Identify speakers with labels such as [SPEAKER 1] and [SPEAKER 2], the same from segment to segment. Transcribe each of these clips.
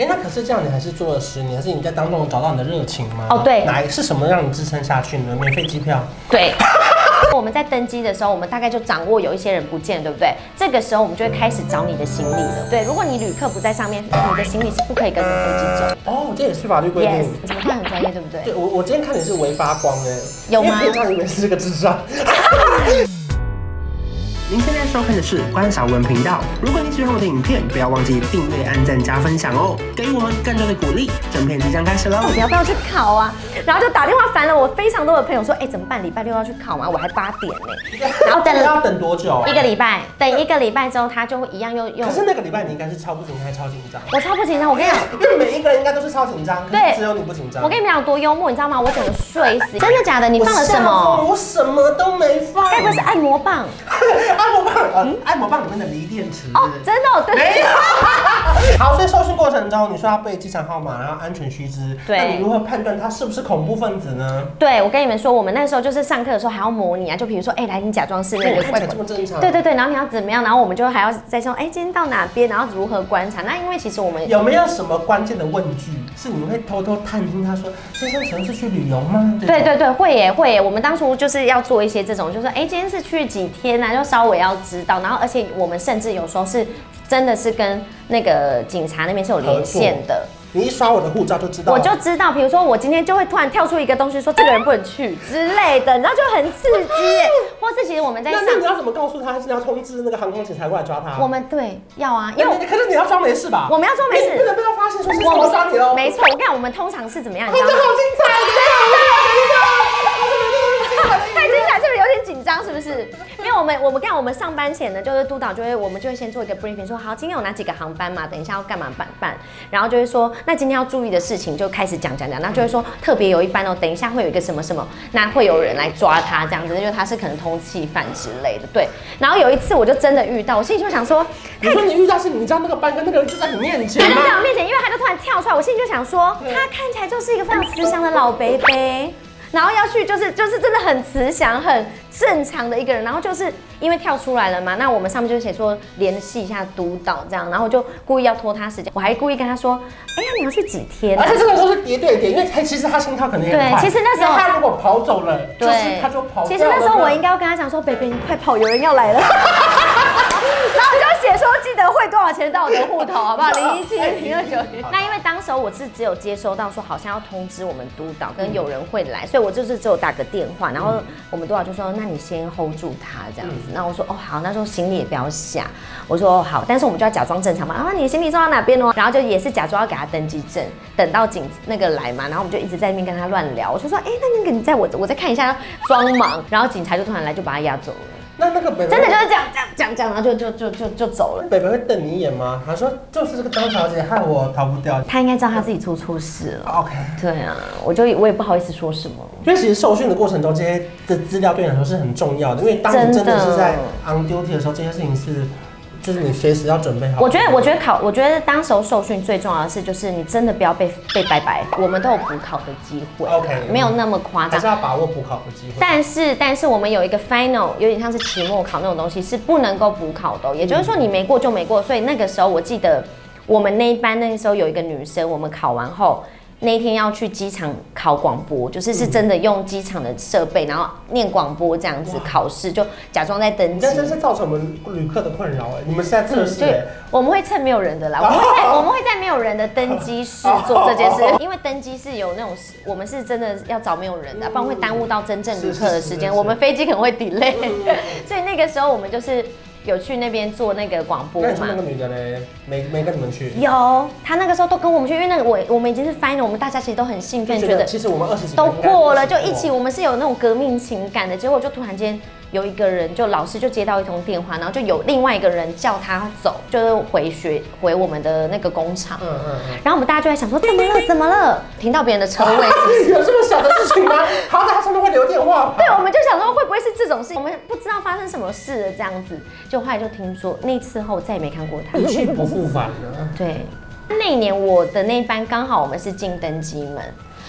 [SPEAKER 1] 哎，那可是这样，你还是做了十年，是你在当中有找到你的热情吗？
[SPEAKER 2] 哦对
[SPEAKER 1] 哪一是什么让你支撑下去呢？免费机票，
[SPEAKER 2] 对。 我们在登机的时候，我们大概就掌握有一些人不见，对不对？这个时候我们就会开始找你的行李了。对，如果你旅客不在上面，你的行李是不可以跟着飞机走。
[SPEAKER 1] 哦，这也是法律规定。
[SPEAKER 2] Yes，你看很专业，对不对？
[SPEAKER 1] 对我，我今天看你是微发光哎，
[SPEAKER 2] 有吗
[SPEAKER 1] 因为平常以为是个智 障。您现在收看的是关少文频道。如果你喜欢我的影片，不要忘记订阅、按赞、加分享哦，给予我们更多的鼓励。整片即将开始喽
[SPEAKER 2] 到底要不要去考啊？然后就打电话烦了我非常多的朋友说，哎，怎么办？礼拜六要去考吗？我还八点 呢。然后等
[SPEAKER 1] 要
[SPEAKER 2] 了
[SPEAKER 1] 等多久？啊
[SPEAKER 2] 一个。礼拜，等一个礼拜之后，他就会一样又又
[SPEAKER 1] 可。是那个礼拜你应该是超不紧张，还超紧张。
[SPEAKER 2] 我超不紧张，我跟你讲。
[SPEAKER 1] 因为每一个人应该都是超紧张，可
[SPEAKER 2] 对
[SPEAKER 1] 是只有你不紧张。
[SPEAKER 2] 我跟你们讲有多幽默，你知道吗？我整个睡死，真的假的？你
[SPEAKER 1] 我
[SPEAKER 2] 放了什
[SPEAKER 1] 吓疯
[SPEAKER 2] 么？哎
[SPEAKER 1] 我什么都没放。
[SPEAKER 2] 该不会是啊按摩棒？
[SPEAKER 1] 按摩棒，呃，按摩棒里面的锂电池。
[SPEAKER 2] 哦，真的哦，对。
[SPEAKER 1] 没有。好，所以受训过程中，你说要背机场号码，然后安全须知，
[SPEAKER 2] 对
[SPEAKER 1] 那你如何判断他是不是恐怖分子呢？
[SPEAKER 2] 对，我跟你们说，我们那时候就是上课的时候还要模拟啊，就比如说，哎、来，你假装是那
[SPEAKER 1] 我
[SPEAKER 2] 个
[SPEAKER 1] 看
[SPEAKER 2] 外
[SPEAKER 1] 起来这
[SPEAKER 2] 国。
[SPEAKER 1] 么正常。
[SPEAKER 2] 对。对对，然后你要怎么样？然后我们就还要再说，哎、今天到哪边？然后如何观察？那因为其实我们
[SPEAKER 1] 有没有什么关键的问句是你会偷偷探听他说先生请问是去旅游吗？这种
[SPEAKER 2] 对对对，会耶会耶。我们当初就是要做一些这种，就是哎、今天是去几天啊，就稍微要知道。然后而且我们甚至有时候是真的是跟那个警察那边是有连线的，
[SPEAKER 1] 你一刷我的护照就知道
[SPEAKER 2] 我
[SPEAKER 1] 了。
[SPEAKER 2] 就知道，比如说我今天就会突然跳出一个东西说这个人不能去之类的，然后就很刺激耶。或是其实我们在
[SPEAKER 1] 那
[SPEAKER 2] 上，
[SPEAKER 1] 哦那你要怎么告诉他？是你要通知那个航空警察过来抓他？
[SPEAKER 2] 我们对要啊，因
[SPEAKER 1] 因
[SPEAKER 2] 为
[SPEAKER 1] 为可是你要装没事吧？
[SPEAKER 2] 我们要装没事
[SPEAKER 1] 你不能被他发现说是我抓你喽。
[SPEAKER 2] 没错，我跟你讲，我们通常是怎么样？你
[SPEAKER 1] 哦，
[SPEAKER 2] 知
[SPEAKER 1] 这
[SPEAKER 2] 道
[SPEAKER 1] 好
[SPEAKER 2] 吗？
[SPEAKER 1] 精彩！天哪
[SPEAKER 2] 太精彩，是不是有点紧张？是不是？因为我们我们看我们上班前呢，就是督导就会我们就会先做一个 briefing，说好今天有哪几个航班嘛，等一下要干嘛办办，然后就会说那今天要注意的事情就开始讲讲讲，那就会说特别有一班哦，等一下会有一个什么什么，那会有人来抓他这样子，因为他是可能通缉犯之类的，对。然后有一次我就真的遇到，我心里就想说，
[SPEAKER 1] 你说你遇到是你知道那个班跟那个人就在你面前
[SPEAKER 2] 他就
[SPEAKER 1] 吗？嗯
[SPEAKER 2] 在我面前，因为他就突然跳出来，我心里就想说，
[SPEAKER 1] 对
[SPEAKER 2] 他看起来就是一个非常慈祥的老伯伯，然后要去就是就是真的很慈祥、很正常的一个人，然后就是因为跳出来了嘛，那我们上面就写说联系一下督导这样，然后就故意要拖他时间，我还故意跟他说，哎呀你要去几天、啊
[SPEAKER 1] 而？且这个都是叠对叠，因为他其实他心跳可能也很
[SPEAKER 2] 对
[SPEAKER 1] 快。
[SPEAKER 2] 其实那时候
[SPEAKER 1] 因为他如果跑走了，就是他就跑掉了。
[SPEAKER 2] 其实那时候我应该要跟他讲说，北北你快跑，有人要来了。 然后我就写说，记得汇多少钱到我的户头，好不好？零一七零二九。那因为当时候我是只有接收到说好像要通知我们督导跟有人会来，所以我就是只有打个电话，然后我们督导就说，那你先 hold 住他这样子。那我说哦好，那时候行李也不要下，我说哦好，但是我们就要假装正常嘛。啊，你的行李送到哪边哦？然后就也是假装要给他登记证，等到警那个来嘛，然后我们就一直在那边跟他乱聊。我就说，哎，那那个你在我我再看一下，装忙。然后警察就突然来，就把他押走了。
[SPEAKER 1] 那那个北北
[SPEAKER 2] 真的就是这样这样这样这样，然后就就就就就走了。
[SPEAKER 1] 北北会瞪你一眼吗？他说就是这个张小姐害我逃不掉。
[SPEAKER 2] 他应该知道他自己出错事了。
[SPEAKER 1] OK，
[SPEAKER 2] 对啊，我就我也不好意思说什么。
[SPEAKER 1] 因为其实受训的过程中，这些的资料对你来说是很重要的，因为当你真
[SPEAKER 2] 真
[SPEAKER 1] 的
[SPEAKER 2] 的
[SPEAKER 1] 是在 on duty 的时候，这些事情是就是你随时要准备好。
[SPEAKER 2] 我觉得，我觉得考，我觉得当时候受训最重要的是，就是你真的不要被被拜拜。我们都有补考的机会
[SPEAKER 1] OK 嗯
[SPEAKER 2] 没有那么夸
[SPEAKER 1] 还
[SPEAKER 2] 张
[SPEAKER 1] 是。要把握补考的机会。
[SPEAKER 2] 但是，但是我们有一个 final，有点像是期末考那种东西，是不能够补考的哦、也就是说，你没过就没过。所以那个时候，我记得我们那一班那个时候有一个女生，我们考完后那一天要去机场考广播，就是
[SPEAKER 1] 嗯
[SPEAKER 2] 是真的用机场的设备，然后念广播这样子考试，就假装在登
[SPEAKER 1] 你
[SPEAKER 2] 机
[SPEAKER 1] 这。真是造成我们旅客的困扰哎、你们是在测试
[SPEAKER 2] 嗯对
[SPEAKER 1] 哎，，
[SPEAKER 2] 我们会趁没有人的啦，我们会 在我们会在没有人的登机室做这件事，
[SPEAKER 1] 哦
[SPEAKER 2] 因为登机室有那种，我们是真的要找没有人的，不然会耽误到真正旅客的
[SPEAKER 1] 是
[SPEAKER 2] 时
[SPEAKER 1] 是是嗯
[SPEAKER 2] 间，
[SPEAKER 1] 是
[SPEAKER 2] 我们飞机可能会 delay，所以 那个时候我们就是有去那边做那个广播
[SPEAKER 1] 那你说那个
[SPEAKER 2] 嘛。
[SPEAKER 1] 女的嘞，没没跟你们去？
[SPEAKER 2] 有，他那个时候都跟我们去，因为那个我我们已经是 final，我们大家其实都很兴奋，觉得
[SPEAKER 1] 其实我们二十几个
[SPEAKER 2] 都
[SPEAKER 1] 人应该
[SPEAKER 2] 过了，就
[SPEAKER 1] 过
[SPEAKER 2] 一起，我们是有那种革命情感的。结果就突然间有一个人，就老师就接到一通电话，然后就有另外一个人叫他走，就是回学回我们的那个工厂。
[SPEAKER 1] 嗯嗯 嗯。
[SPEAKER 2] 然后我们大家就在想说，怎么了？怎么了？停到别人的车位是不 是？
[SPEAKER 1] 有这么小的事情吗？好歹他上面会留电话吧。
[SPEAKER 2] 对，我们就想说会不会是这种事？我们不知道发生什么事了，这样子。就后来就听说那次后再也没看过他。
[SPEAKER 1] 一去不复返了。啊
[SPEAKER 2] 对，那一年我的那一班刚好我们是进登机门，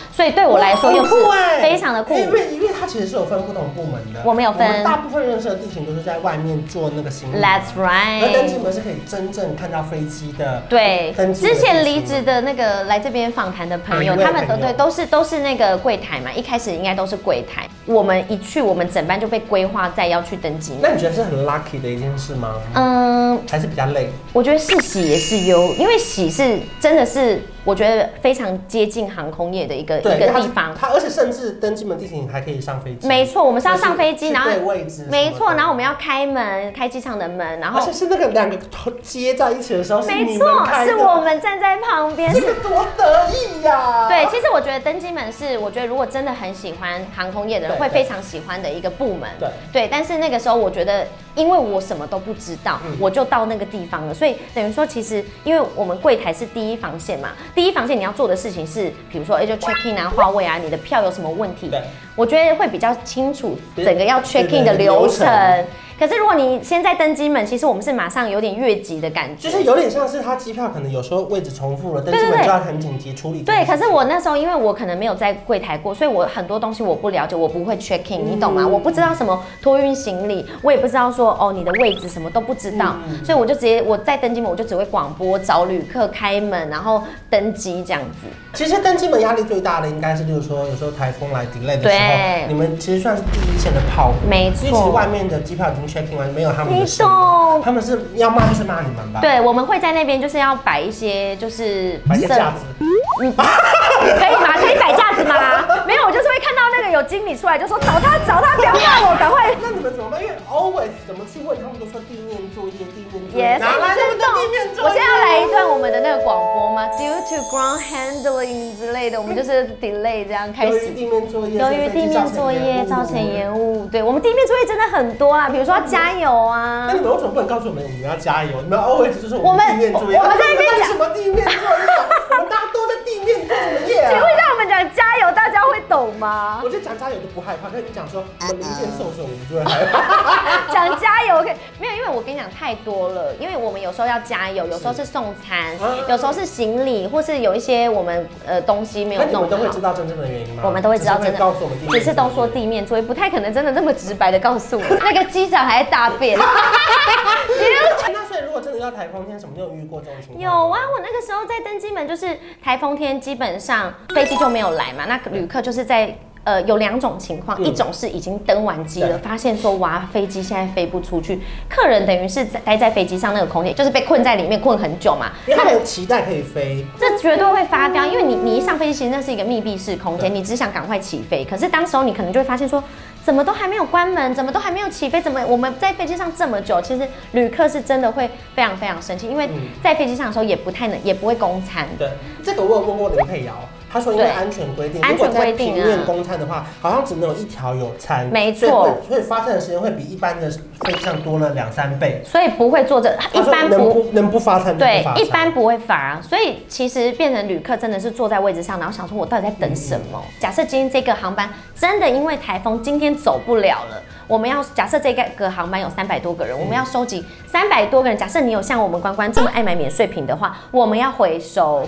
[SPEAKER 2] 所以对我来说又是
[SPEAKER 1] 很酷欸
[SPEAKER 2] 非常的酷。
[SPEAKER 1] 因为因为它其实是有分不同部门的，
[SPEAKER 2] 我们有分
[SPEAKER 1] 大部分认识的地形都是在外面做那个行李
[SPEAKER 2] That's
[SPEAKER 1] 而登机
[SPEAKER 2] right。
[SPEAKER 1] 门是可以真正看到飞机的。
[SPEAKER 2] 对
[SPEAKER 1] 登，机门
[SPEAKER 2] 之前离职的那个来这边访谈的朋友，
[SPEAKER 1] 每一位
[SPEAKER 2] 他们都
[SPEAKER 1] 朋友
[SPEAKER 2] 对都是都是那个柜台嘛，一开始应该都是柜台。我们一去，我们整班就被规划在要去登机门。
[SPEAKER 1] 那你觉得是很 lucky 的一件事吗？
[SPEAKER 2] 嗯，
[SPEAKER 1] 还是比较累？
[SPEAKER 2] 我觉得是喜也是忧，因为喜是真的是我觉得非常接近航空业的一个一个
[SPEAKER 1] 它
[SPEAKER 2] 地方。
[SPEAKER 1] 它而且甚至登机门地形还可以上飞机。
[SPEAKER 2] 没错，我们是要上飞
[SPEAKER 1] 是
[SPEAKER 2] 机，
[SPEAKER 1] 是
[SPEAKER 2] 然后
[SPEAKER 1] 对位置什么的
[SPEAKER 2] 没错，然后我们要开门，开机场的门，然
[SPEAKER 1] 而
[SPEAKER 2] 后
[SPEAKER 1] 且是那个两个头接在一起的时候，是
[SPEAKER 2] 没
[SPEAKER 1] 你们
[SPEAKER 2] 错，
[SPEAKER 1] 开的
[SPEAKER 2] 是我，们站在旁 边
[SPEAKER 1] 你。们多得意呀、
[SPEAKER 2] 对，其实我觉得登机门是，我觉得如果真的很喜欢航空业的人，
[SPEAKER 1] 对
[SPEAKER 2] 会
[SPEAKER 1] 对
[SPEAKER 2] 非常喜欢的一个部门。
[SPEAKER 1] 对
[SPEAKER 2] 但是那个时候我觉得，因为我什么都不知道，
[SPEAKER 1] 嗯
[SPEAKER 2] 我就到那个地方了，所以等于说，其实因为我们柜台是第一防线嘛，第一防线你要做的事情是，比如说，哎、就 check in 啊、话位啊，你的票有什么问题
[SPEAKER 1] 对，
[SPEAKER 2] 我觉得会比较清楚
[SPEAKER 1] 对
[SPEAKER 2] 整个要 check
[SPEAKER 1] 对
[SPEAKER 2] in 的
[SPEAKER 1] 对流
[SPEAKER 2] 流
[SPEAKER 1] 程
[SPEAKER 2] 程。可是如果你先在登机门，其实我们是马上有点越级的感觉，
[SPEAKER 1] 就是有点像是他机票可能有时候位置重复了，登机
[SPEAKER 2] 对
[SPEAKER 1] 门
[SPEAKER 2] 对
[SPEAKER 1] 就要很紧急处理这
[SPEAKER 2] 对，
[SPEAKER 1] 件事。
[SPEAKER 2] 可是我那时候因为我可能没有在柜台过，所以我很多东西我不了解，我不会 check
[SPEAKER 1] 嗯
[SPEAKER 2] in，你懂吗？我不知道什么托运行李，我也不知道说哦你的位置什么都不知道，
[SPEAKER 1] 嗯
[SPEAKER 2] 所以我就直接我在登机门我就只会广播找旅客开门，然后登机这样子。
[SPEAKER 1] 其实登机门压力最大的应该是，就是说有时候台风来 delay 的时
[SPEAKER 2] 对
[SPEAKER 1] 候，你们其实算是第一线的炮火。
[SPEAKER 2] 没
[SPEAKER 1] 因为其实外
[SPEAKER 2] 错，
[SPEAKER 1] 面的机票已经 check in 完，没有他们
[SPEAKER 2] 你
[SPEAKER 1] 的事了
[SPEAKER 2] 懂
[SPEAKER 1] 他们是要骂就是骂你们吧？，
[SPEAKER 2] 对，我们会在那边就是要摆一些就是
[SPEAKER 1] 啊摆个
[SPEAKER 2] 设
[SPEAKER 1] 架子。
[SPEAKER 2] 嗯，可以吗？可以摆架子吗？ 没有，我就是会看到那个有经理出来就说找他找他，不要骂我，赶快。
[SPEAKER 1] 那你们怎么办？因为 always 怎么去问，他们都说地面作业，地面作业，
[SPEAKER 2] Yes，
[SPEAKER 1] 哪来那么多地面啊作业？
[SPEAKER 2] 我现在要来一段我们的那个广播吗？Due to ground handling 之类的，我们就是 delay 这样开
[SPEAKER 1] 由
[SPEAKER 2] 始
[SPEAKER 1] 于。地面作业，
[SPEAKER 2] 由于地面作业造成。延误，对我们地面作业真的很多啦，比如说要加油啊
[SPEAKER 1] 那。你们为什么不能告诉我们，你们要加油？你们 always 就是
[SPEAKER 2] 我
[SPEAKER 1] 我
[SPEAKER 2] 们
[SPEAKER 1] 们地面作业，
[SPEAKER 2] 我们在那边讲
[SPEAKER 1] 什么地面作业？我们大家都在地面做什么业
[SPEAKER 2] 请
[SPEAKER 1] 啊？
[SPEAKER 2] 问一下，我们讲加油，大家会懂吗
[SPEAKER 1] 我？就讲加油就不害怕，跟你讲说
[SPEAKER 2] 啊
[SPEAKER 1] 我们零件受损，我们就会害怕。
[SPEAKER 2] 讲加油可以，没有，因为我跟你讲太多了，因为我们有时候要加油，有时候是送餐
[SPEAKER 1] 啊，
[SPEAKER 2] 有时候是行李，或是有一些我们呃东西 没有
[SPEAKER 1] 那你
[SPEAKER 2] 弄
[SPEAKER 1] 们都会
[SPEAKER 2] 好
[SPEAKER 1] 知。道真正的原因吗？
[SPEAKER 2] 我们都会知道
[SPEAKER 1] 嗯只是
[SPEAKER 2] 真的
[SPEAKER 1] 告诉我们地面作业，
[SPEAKER 2] 只是都说地面作业，不太可能真的那么直白的告诉我。那个机长还在大便，
[SPEAKER 1] 那所以如果真的要台风天什么，你有遇过这种情况？
[SPEAKER 2] 有啊，，我那个时候在登机门，就是台风天，基本上飞机就没有来嘛，那旅客就是在。呃，有两种情况，
[SPEAKER 1] 嗯
[SPEAKER 2] 一种是已经登完机
[SPEAKER 1] 对
[SPEAKER 2] 了，发现说哇，飞机现在飞不出去，客人等于是在待在飞机上那个空间，就是被困在里面困很久嘛，
[SPEAKER 1] 因为他们有期待可以飞，
[SPEAKER 2] 这绝对会发飙，因为你你一上飞机，其实那是一个密闭式空间，你只想赶快起飞。可是当时候你可能就会发现说，怎么都还没有关门，怎么都还没有起飞，怎么我们在飞机上这么久？其实旅客是真的会非常非常生气，因为
[SPEAKER 1] 嗯
[SPEAKER 2] 在飞机上的时候也不太能，也不会供餐。
[SPEAKER 1] 对，这个我有问过林佩瑶，她说因为
[SPEAKER 2] 对
[SPEAKER 1] 安全规定，
[SPEAKER 2] 安
[SPEAKER 1] 如果
[SPEAKER 2] 全
[SPEAKER 1] 你在
[SPEAKER 2] 规定啊
[SPEAKER 1] 平面公餐的话，好像只能有一条有餐，
[SPEAKER 2] 没
[SPEAKER 1] 所以
[SPEAKER 2] 错
[SPEAKER 1] 会所以发生的时间会比一般的飞机上多了两三倍。
[SPEAKER 2] 所以不会坐着，一
[SPEAKER 1] 她说
[SPEAKER 2] 般
[SPEAKER 1] 能
[SPEAKER 2] 不
[SPEAKER 1] 不能不发餐就
[SPEAKER 2] 对
[SPEAKER 1] 不发，餐
[SPEAKER 2] 一般不会罚，所以其实变成旅客真的是坐在位置上，然后想说我到底在等什么？假设今天这个航班真的因为台风今天走不了了，我们要假设这个个航班有三百多个人，我们要收集三百多个人。假设你有像我们关关这么爱买免税品的话，我们要回收，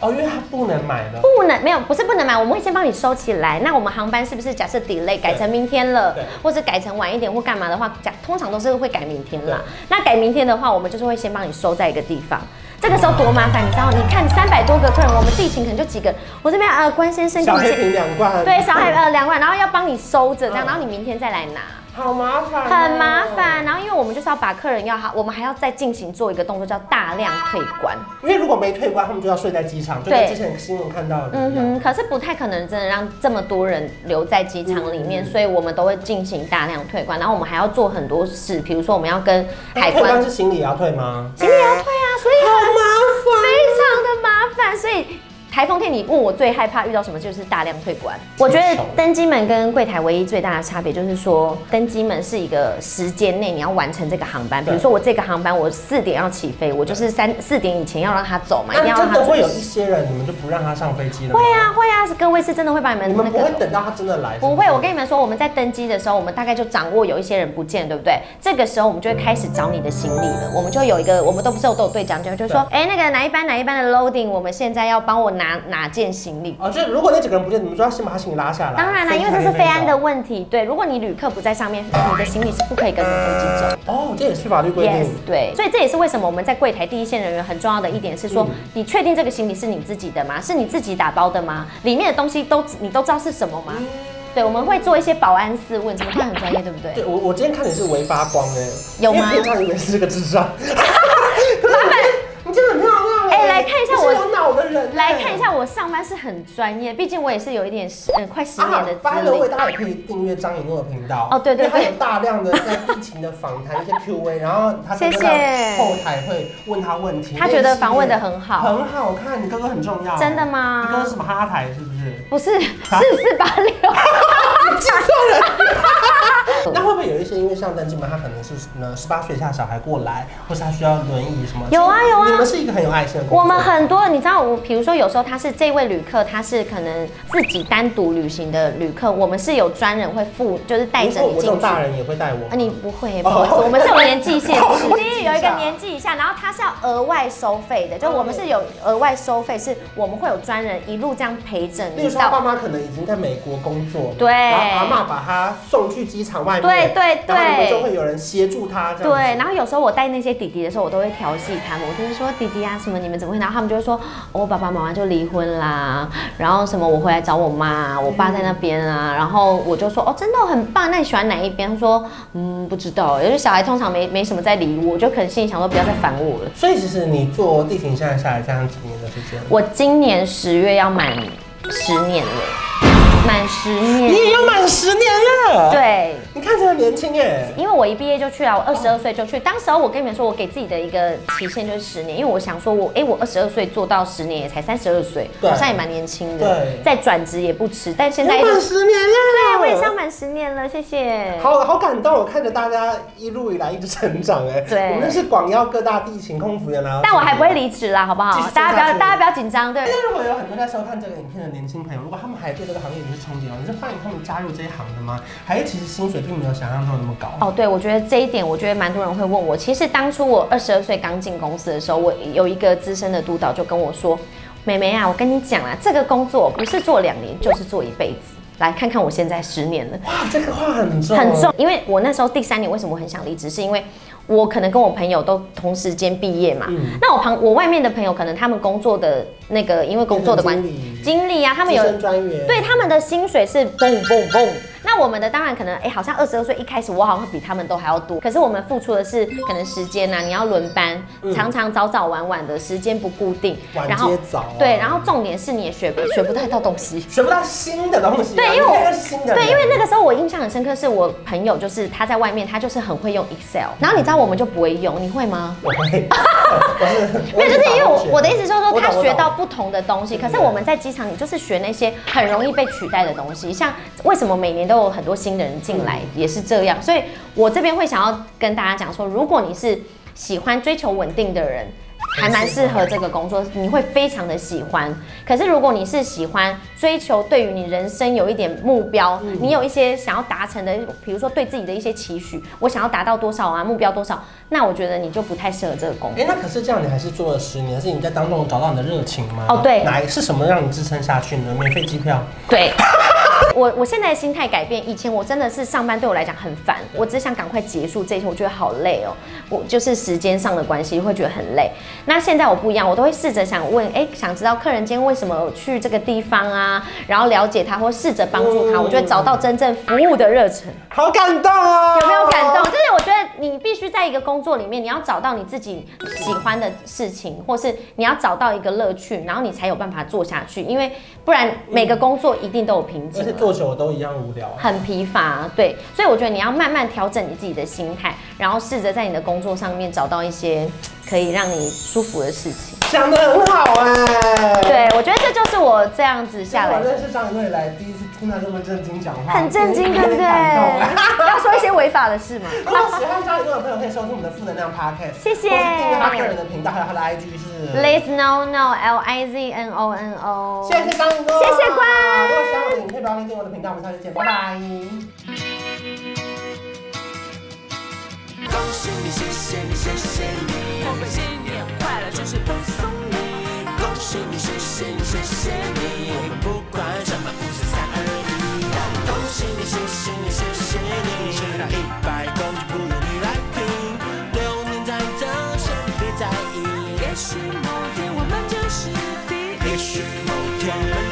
[SPEAKER 1] 哦，因为她不能买了。
[SPEAKER 2] 不能没有不是不能买，我们会先帮你收起来。那我们航班是不是假设 delay 改成明天了
[SPEAKER 1] 对，
[SPEAKER 2] 或者改成晚一点或干嘛的话，假通常都是会改明天啦。那改明天的话，我们就是会先帮你收在一个地方。这个时候多麻烦，你知道？你看三百多个客人，我们地勤可能就几个。我这边呃，关先生，
[SPEAKER 1] 小
[SPEAKER 2] 关
[SPEAKER 1] 黑
[SPEAKER 2] 先
[SPEAKER 1] 瓶两罐，
[SPEAKER 2] 对，小海呃两万，然后要帮你收着，这样，
[SPEAKER 1] 嗯
[SPEAKER 2] 然后你明天再来拿，
[SPEAKER 1] 好麻烦哦，
[SPEAKER 2] 很麻烦。然后因为我们就是要把客人要好，我们还要再进行做一个动作叫大量退关。
[SPEAKER 1] 因为如果没退关，他们就要睡在机场，就
[SPEAKER 2] 对
[SPEAKER 1] 跟之前新闻看到的
[SPEAKER 2] 嗯
[SPEAKER 1] 一样。
[SPEAKER 2] 哼，可是不太可能真的让这么多人留在机场里
[SPEAKER 1] 嗯
[SPEAKER 2] 面，所以我们都会进行大量退关，然后我们还要做很多事，比如说我们要跟
[SPEAKER 1] 那
[SPEAKER 2] 海
[SPEAKER 1] 哦退
[SPEAKER 2] 关
[SPEAKER 1] 关是行李也要退吗？
[SPEAKER 2] 行李要退啊，所以
[SPEAKER 1] 好
[SPEAKER 2] 很
[SPEAKER 1] 麻
[SPEAKER 2] 非常的麻烦，所以。台风天，你问我最害怕遇到什么，就是大量退关。我觉得登机门跟柜台唯一最大的差别就是说，登机门是一个时间内你要完成这个航班。比
[SPEAKER 1] 对
[SPEAKER 2] 如说我这个航班我四点要起飞，我就是三四点以前要让它走嘛，一定要
[SPEAKER 1] 那真
[SPEAKER 2] 让它
[SPEAKER 1] 的
[SPEAKER 2] 走
[SPEAKER 1] 会。有一些人，你们就不让他上飞机了？
[SPEAKER 2] 会，啊会啊，各位是真的会把你们
[SPEAKER 1] 你
[SPEAKER 2] 那
[SPEAKER 1] 们不会
[SPEAKER 2] 个。
[SPEAKER 1] 等到他真的来？
[SPEAKER 2] 不会，我跟你们说，我们在登机的时候，我们大概就掌握有一些人不见，对不对？这个时候我们就会开始找你的行
[SPEAKER 1] 啊
[SPEAKER 2] 李了。我们就有一个，我们都不是有都有对讲机，就是说，哎，那个哪一班哪一班的 loading，我们现在要帮我拿哪件行李。
[SPEAKER 1] 哦，就是如果那几个人不见，你们就要先把他行李拉下来。
[SPEAKER 2] 当然
[SPEAKER 1] 啊
[SPEAKER 2] 啦，
[SPEAKER 1] 飞
[SPEAKER 2] 因
[SPEAKER 1] 机
[SPEAKER 2] 为这
[SPEAKER 1] 才
[SPEAKER 2] 是
[SPEAKER 1] 可以
[SPEAKER 2] 飞安的
[SPEAKER 1] 走。
[SPEAKER 2] 问题。对，如果你旅客不在上面，你的行李是不可以跟着飞机走。
[SPEAKER 1] 哦，这也是法律规
[SPEAKER 2] Yes，
[SPEAKER 1] 定。
[SPEAKER 2] 对，所以这也是为什么我们在柜台第一线人员很重要的一点
[SPEAKER 1] 嗯
[SPEAKER 2] 是说，你确定这个行李是你自己的吗？是你自己打包的吗？里面的东西都你都知道是什么吗？
[SPEAKER 1] 嗯
[SPEAKER 2] 对，我们会做一些保安思问，怎么看很专业，对不对？
[SPEAKER 1] 对我，我今天看你是微发光哎，
[SPEAKER 2] 有吗
[SPEAKER 1] 因为平常以为是个智 障。你真的很漂亮啊
[SPEAKER 2] 哎来看一下
[SPEAKER 1] 你是
[SPEAKER 2] 我
[SPEAKER 1] 有脑的人。
[SPEAKER 2] 来看一。下，我上班是很专业，毕竟我也是有一点十，嗯，快十年
[SPEAKER 1] 啊
[SPEAKER 2] 的，资
[SPEAKER 1] 拜了
[SPEAKER 2] 历
[SPEAKER 1] 位，。大家也可以订阅张以诺的频道
[SPEAKER 2] 哦对对
[SPEAKER 1] 因为他
[SPEAKER 2] 对
[SPEAKER 1] 有大量的在疫情的访谈一些 Q&A，然 后他
[SPEAKER 2] 谢谢
[SPEAKER 1] 哥哥在后台会问他问题，
[SPEAKER 2] 他觉得访问得很好
[SPEAKER 1] 很好看，你哥哥很重要，
[SPEAKER 2] 真的吗
[SPEAKER 1] 你哥哥是什么哈台是不是？
[SPEAKER 2] 不是
[SPEAKER 1] 啊
[SPEAKER 2] 四四八六，
[SPEAKER 1] 记错人。那会不会有一些因为像登记门，他可能是呢十八岁以下小孩过来，或是他需要轮椅什么？
[SPEAKER 2] 有啊有啊
[SPEAKER 1] 你们是一个很有爱心的工作。
[SPEAKER 2] 我们很多，你知道，我比如说有时候他是这位旅客，他是可能自己单独旅行的旅客，我们是有专人会付，就是带着
[SPEAKER 1] 如果
[SPEAKER 2] 你
[SPEAKER 1] 我这
[SPEAKER 2] 进
[SPEAKER 1] 种
[SPEAKER 2] 去。
[SPEAKER 1] 大人也哦会带我
[SPEAKER 2] 啊，。你不会，不好意思，我们是有年纪限制，是有一个
[SPEAKER 1] 啊
[SPEAKER 2] 年纪以下，然后它是要额外收费的，就我们是有额外收费，是我们会有专人一路这样陪着
[SPEAKER 1] 例如
[SPEAKER 2] 你
[SPEAKER 1] 说，他爸
[SPEAKER 2] 到。
[SPEAKER 1] 妈可能已经在美国工作，
[SPEAKER 2] 对
[SPEAKER 1] 然后阿妈把他送去机场外面，
[SPEAKER 2] 对对对
[SPEAKER 1] 然后你们就会有人协助他这样子。
[SPEAKER 2] 对，然后有时候我带那些弟弟的时候，我都会调戏他们，我就是说弟弟啊什么，你们怎么会？然后他们就会说，哦我爸爸妈妈就离婚啦，然后什么我回来找我妈，我爸在那边啊，然后我就说，哦，真的很棒，那你喜欢哪一边？他说，嗯，不知道，有些小孩通常没没什么在理我，我就可能心里想说，不要再烦我了。
[SPEAKER 1] 所以其实你做地勤现在下来这样几年的时间，
[SPEAKER 2] 我今年十月要满十年了，满十
[SPEAKER 1] 你也
[SPEAKER 2] 年。
[SPEAKER 1] 要满十年了。，
[SPEAKER 2] 对，
[SPEAKER 1] 你看起来很年轻耶。
[SPEAKER 2] 因为我一毕业就去了，啊我二十二岁就去。当时候我跟你们说，我给自己的一个期限就是十年，因为我想说我，哎，我二十二岁做到十年也才三十二岁，
[SPEAKER 1] 对
[SPEAKER 2] 好像也蛮年轻的
[SPEAKER 1] 对，
[SPEAKER 2] 再转职也不迟。但现在
[SPEAKER 1] 要
[SPEAKER 2] 就
[SPEAKER 1] 满
[SPEAKER 2] 是，
[SPEAKER 1] 十年了。
[SPEAKER 2] 对，我也是要满十年了，谢谢。
[SPEAKER 1] 好好感啊动，我看着大家一路以来一直成长哎、
[SPEAKER 2] 对
[SPEAKER 1] 我们是广邀各大地勤空服员啊啦。
[SPEAKER 2] 但我还不会。离职啦，好不
[SPEAKER 1] 继续
[SPEAKER 2] 好？
[SPEAKER 1] 做
[SPEAKER 2] 大家不
[SPEAKER 1] 下
[SPEAKER 2] 要，
[SPEAKER 1] 去
[SPEAKER 2] 大家不要紧张，对
[SPEAKER 1] 但。是如果有很多在收看这个影片的年轻朋友，如果他们还对这个行业有些憧憬，你是欢迎他们加入这一行的吗？还是其实薪水并没有想象中那么高？
[SPEAKER 2] 哦，对，我觉得这一点，我觉得蛮多人会问我。其实当初我二十二岁刚进公司的时候，我有一个资深的督导就跟我说：“美眉啊，我跟你讲啊，这个工作不是做两年，就是做一辈子。来看看我现在十年了，
[SPEAKER 1] 哇，这个话很重，
[SPEAKER 2] 很重。因为我那时候第三年为什么我很想离职，是因为我可能跟我朋友都同时间毕业嘛。
[SPEAKER 1] 嗯
[SPEAKER 2] 那我旁我外面的朋友，可能他们工作的那个，因为工作的关
[SPEAKER 1] 变成经理
[SPEAKER 2] 经历啊，他们有
[SPEAKER 1] 资深专员，
[SPEAKER 2] 对，他们的薪水是嘣嘣嘣。那我们的当然可能，哎、好像二十二岁一开始我好像比他们都还要多，可是我们付出的是可能时间呐、啊你要轮班，常常早早晚晚的时间不固定，
[SPEAKER 1] 嗯晚
[SPEAKER 2] 然后
[SPEAKER 1] 接早啊
[SPEAKER 2] 对，然后重点是你也学不学不太到东西。
[SPEAKER 1] 学不到新的东西啊、
[SPEAKER 2] 对因为我
[SPEAKER 1] 你看是新的人，
[SPEAKER 2] 对，因为那个时候我印象很深刻，是我朋友就是他在外面，他就是很会用 Excel，然后你知道我们就不会用，你会吗？
[SPEAKER 1] 我会，我是
[SPEAKER 2] 没有，就是因为我我的意思
[SPEAKER 1] 是
[SPEAKER 2] 是说，说
[SPEAKER 1] 啊我懂
[SPEAKER 2] 他
[SPEAKER 1] 我懂
[SPEAKER 2] 学到不同的东西，可是我们在机场，你就是学那些很容易被取代的东西，像为什么每年都有很多新的人进来，
[SPEAKER 1] 嗯
[SPEAKER 2] 也是这样。所以我这边会想要跟大家讲说，如果你是喜欢追求稳定的人。还蛮适合这个工作，你会非常的喜欢。可是如果你是喜欢追求对于你人生有一点目标，
[SPEAKER 1] 嗯
[SPEAKER 2] 你有一些想要达成的，比如说对自己的一些期许，我想要达到多少啊，目标多少，那我觉得你就不太适合这个工作
[SPEAKER 1] 哎、。那可是这样，你还是做了十年，是你在当中找到你的热情吗？
[SPEAKER 2] 哦对
[SPEAKER 1] 哪一是什么让你支撑下去呢？免费机票，
[SPEAKER 2] 对。 我我现在的心态改变，以前我真的是上班对我来讲很烦，我只想赶快结束这一天，我觉得好累哦。我就是时间上的关系会觉得很累。那现在我不一样，我都会试着想问，哎，想知道客人今天为什么去这个地方啊，然后了解他，或试着帮助他，
[SPEAKER 1] 嗯
[SPEAKER 2] 我就会找到真正服务的热忱。
[SPEAKER 1] 好感动哦！
[SPEAKER 2] 有没有感动？就是我觉得你必须在一个工作里面，你要找到你自己喜欢的事情，或是你要找到一个乐趣，然后你才有办法做下去。因为不然每个工作一定都有瓶
[SPEAKER 1] 嗯而
[SPEAKER 2] 颈
[SPEAKER 1] 且
[SPEAKER 2] 啊，
[SPEAKER 1] 做久了都一样无聊啊。
[SPEAKER 2] 很疲乏。对，所以我觉得你要慢慢调整你自己的心态，然后试着在你的工作上面找到一些可以让你舒服的事情。
[SPEAKER 1] 讲的很好哎、
[SPEAKER 2] 对，我觉得这就是我这样子下来
[SPEAKER 1] 我
[SPEAKER 2] 的
[SPEAKER 1] 认。识张以来，第一次听他这么正经讲话，
[SPEAKER 2] 很震惊，
[SPEAKER 1] 有
[SPEAKER 2] 对不
[SPEAKER 1] 点
[SPEAKER 2] 对？
[SPEAKER 1] 感 动。
[SPEAKER 2] 要说一些违法的事吗？
[SPEAKER 1] 如果喜欢张以诺的朋友，可以收听我们的负能量 podcast，
[SPEAKER 2] 谢谢
[SPEAKER 1] 或是订阅他个人的频道，还有他的 IG 是。
[SPEAKER 2] Liz No No L I Z N O N O。
[SPEAKER 1] 谢谢张宇诺，
[SPEAKER 2] 谢谢关
[SPEAKER 1] 如果喜欢我的影片，不要忘记订阅我的频道，我们下次见，拜拜。
[SPEAKER 3] 恭喜你，谢谢你，谢谢你，我们新年快乐，就是恭送你，恭喜谢你，谢谢你，谢谢你，我们不管什么五四三二一。恭喜你，谢谢你，谢谢你，吃到一百公斤不用你来拼，流年再走，先别在意。也许某天我们就是第一，也许某天我们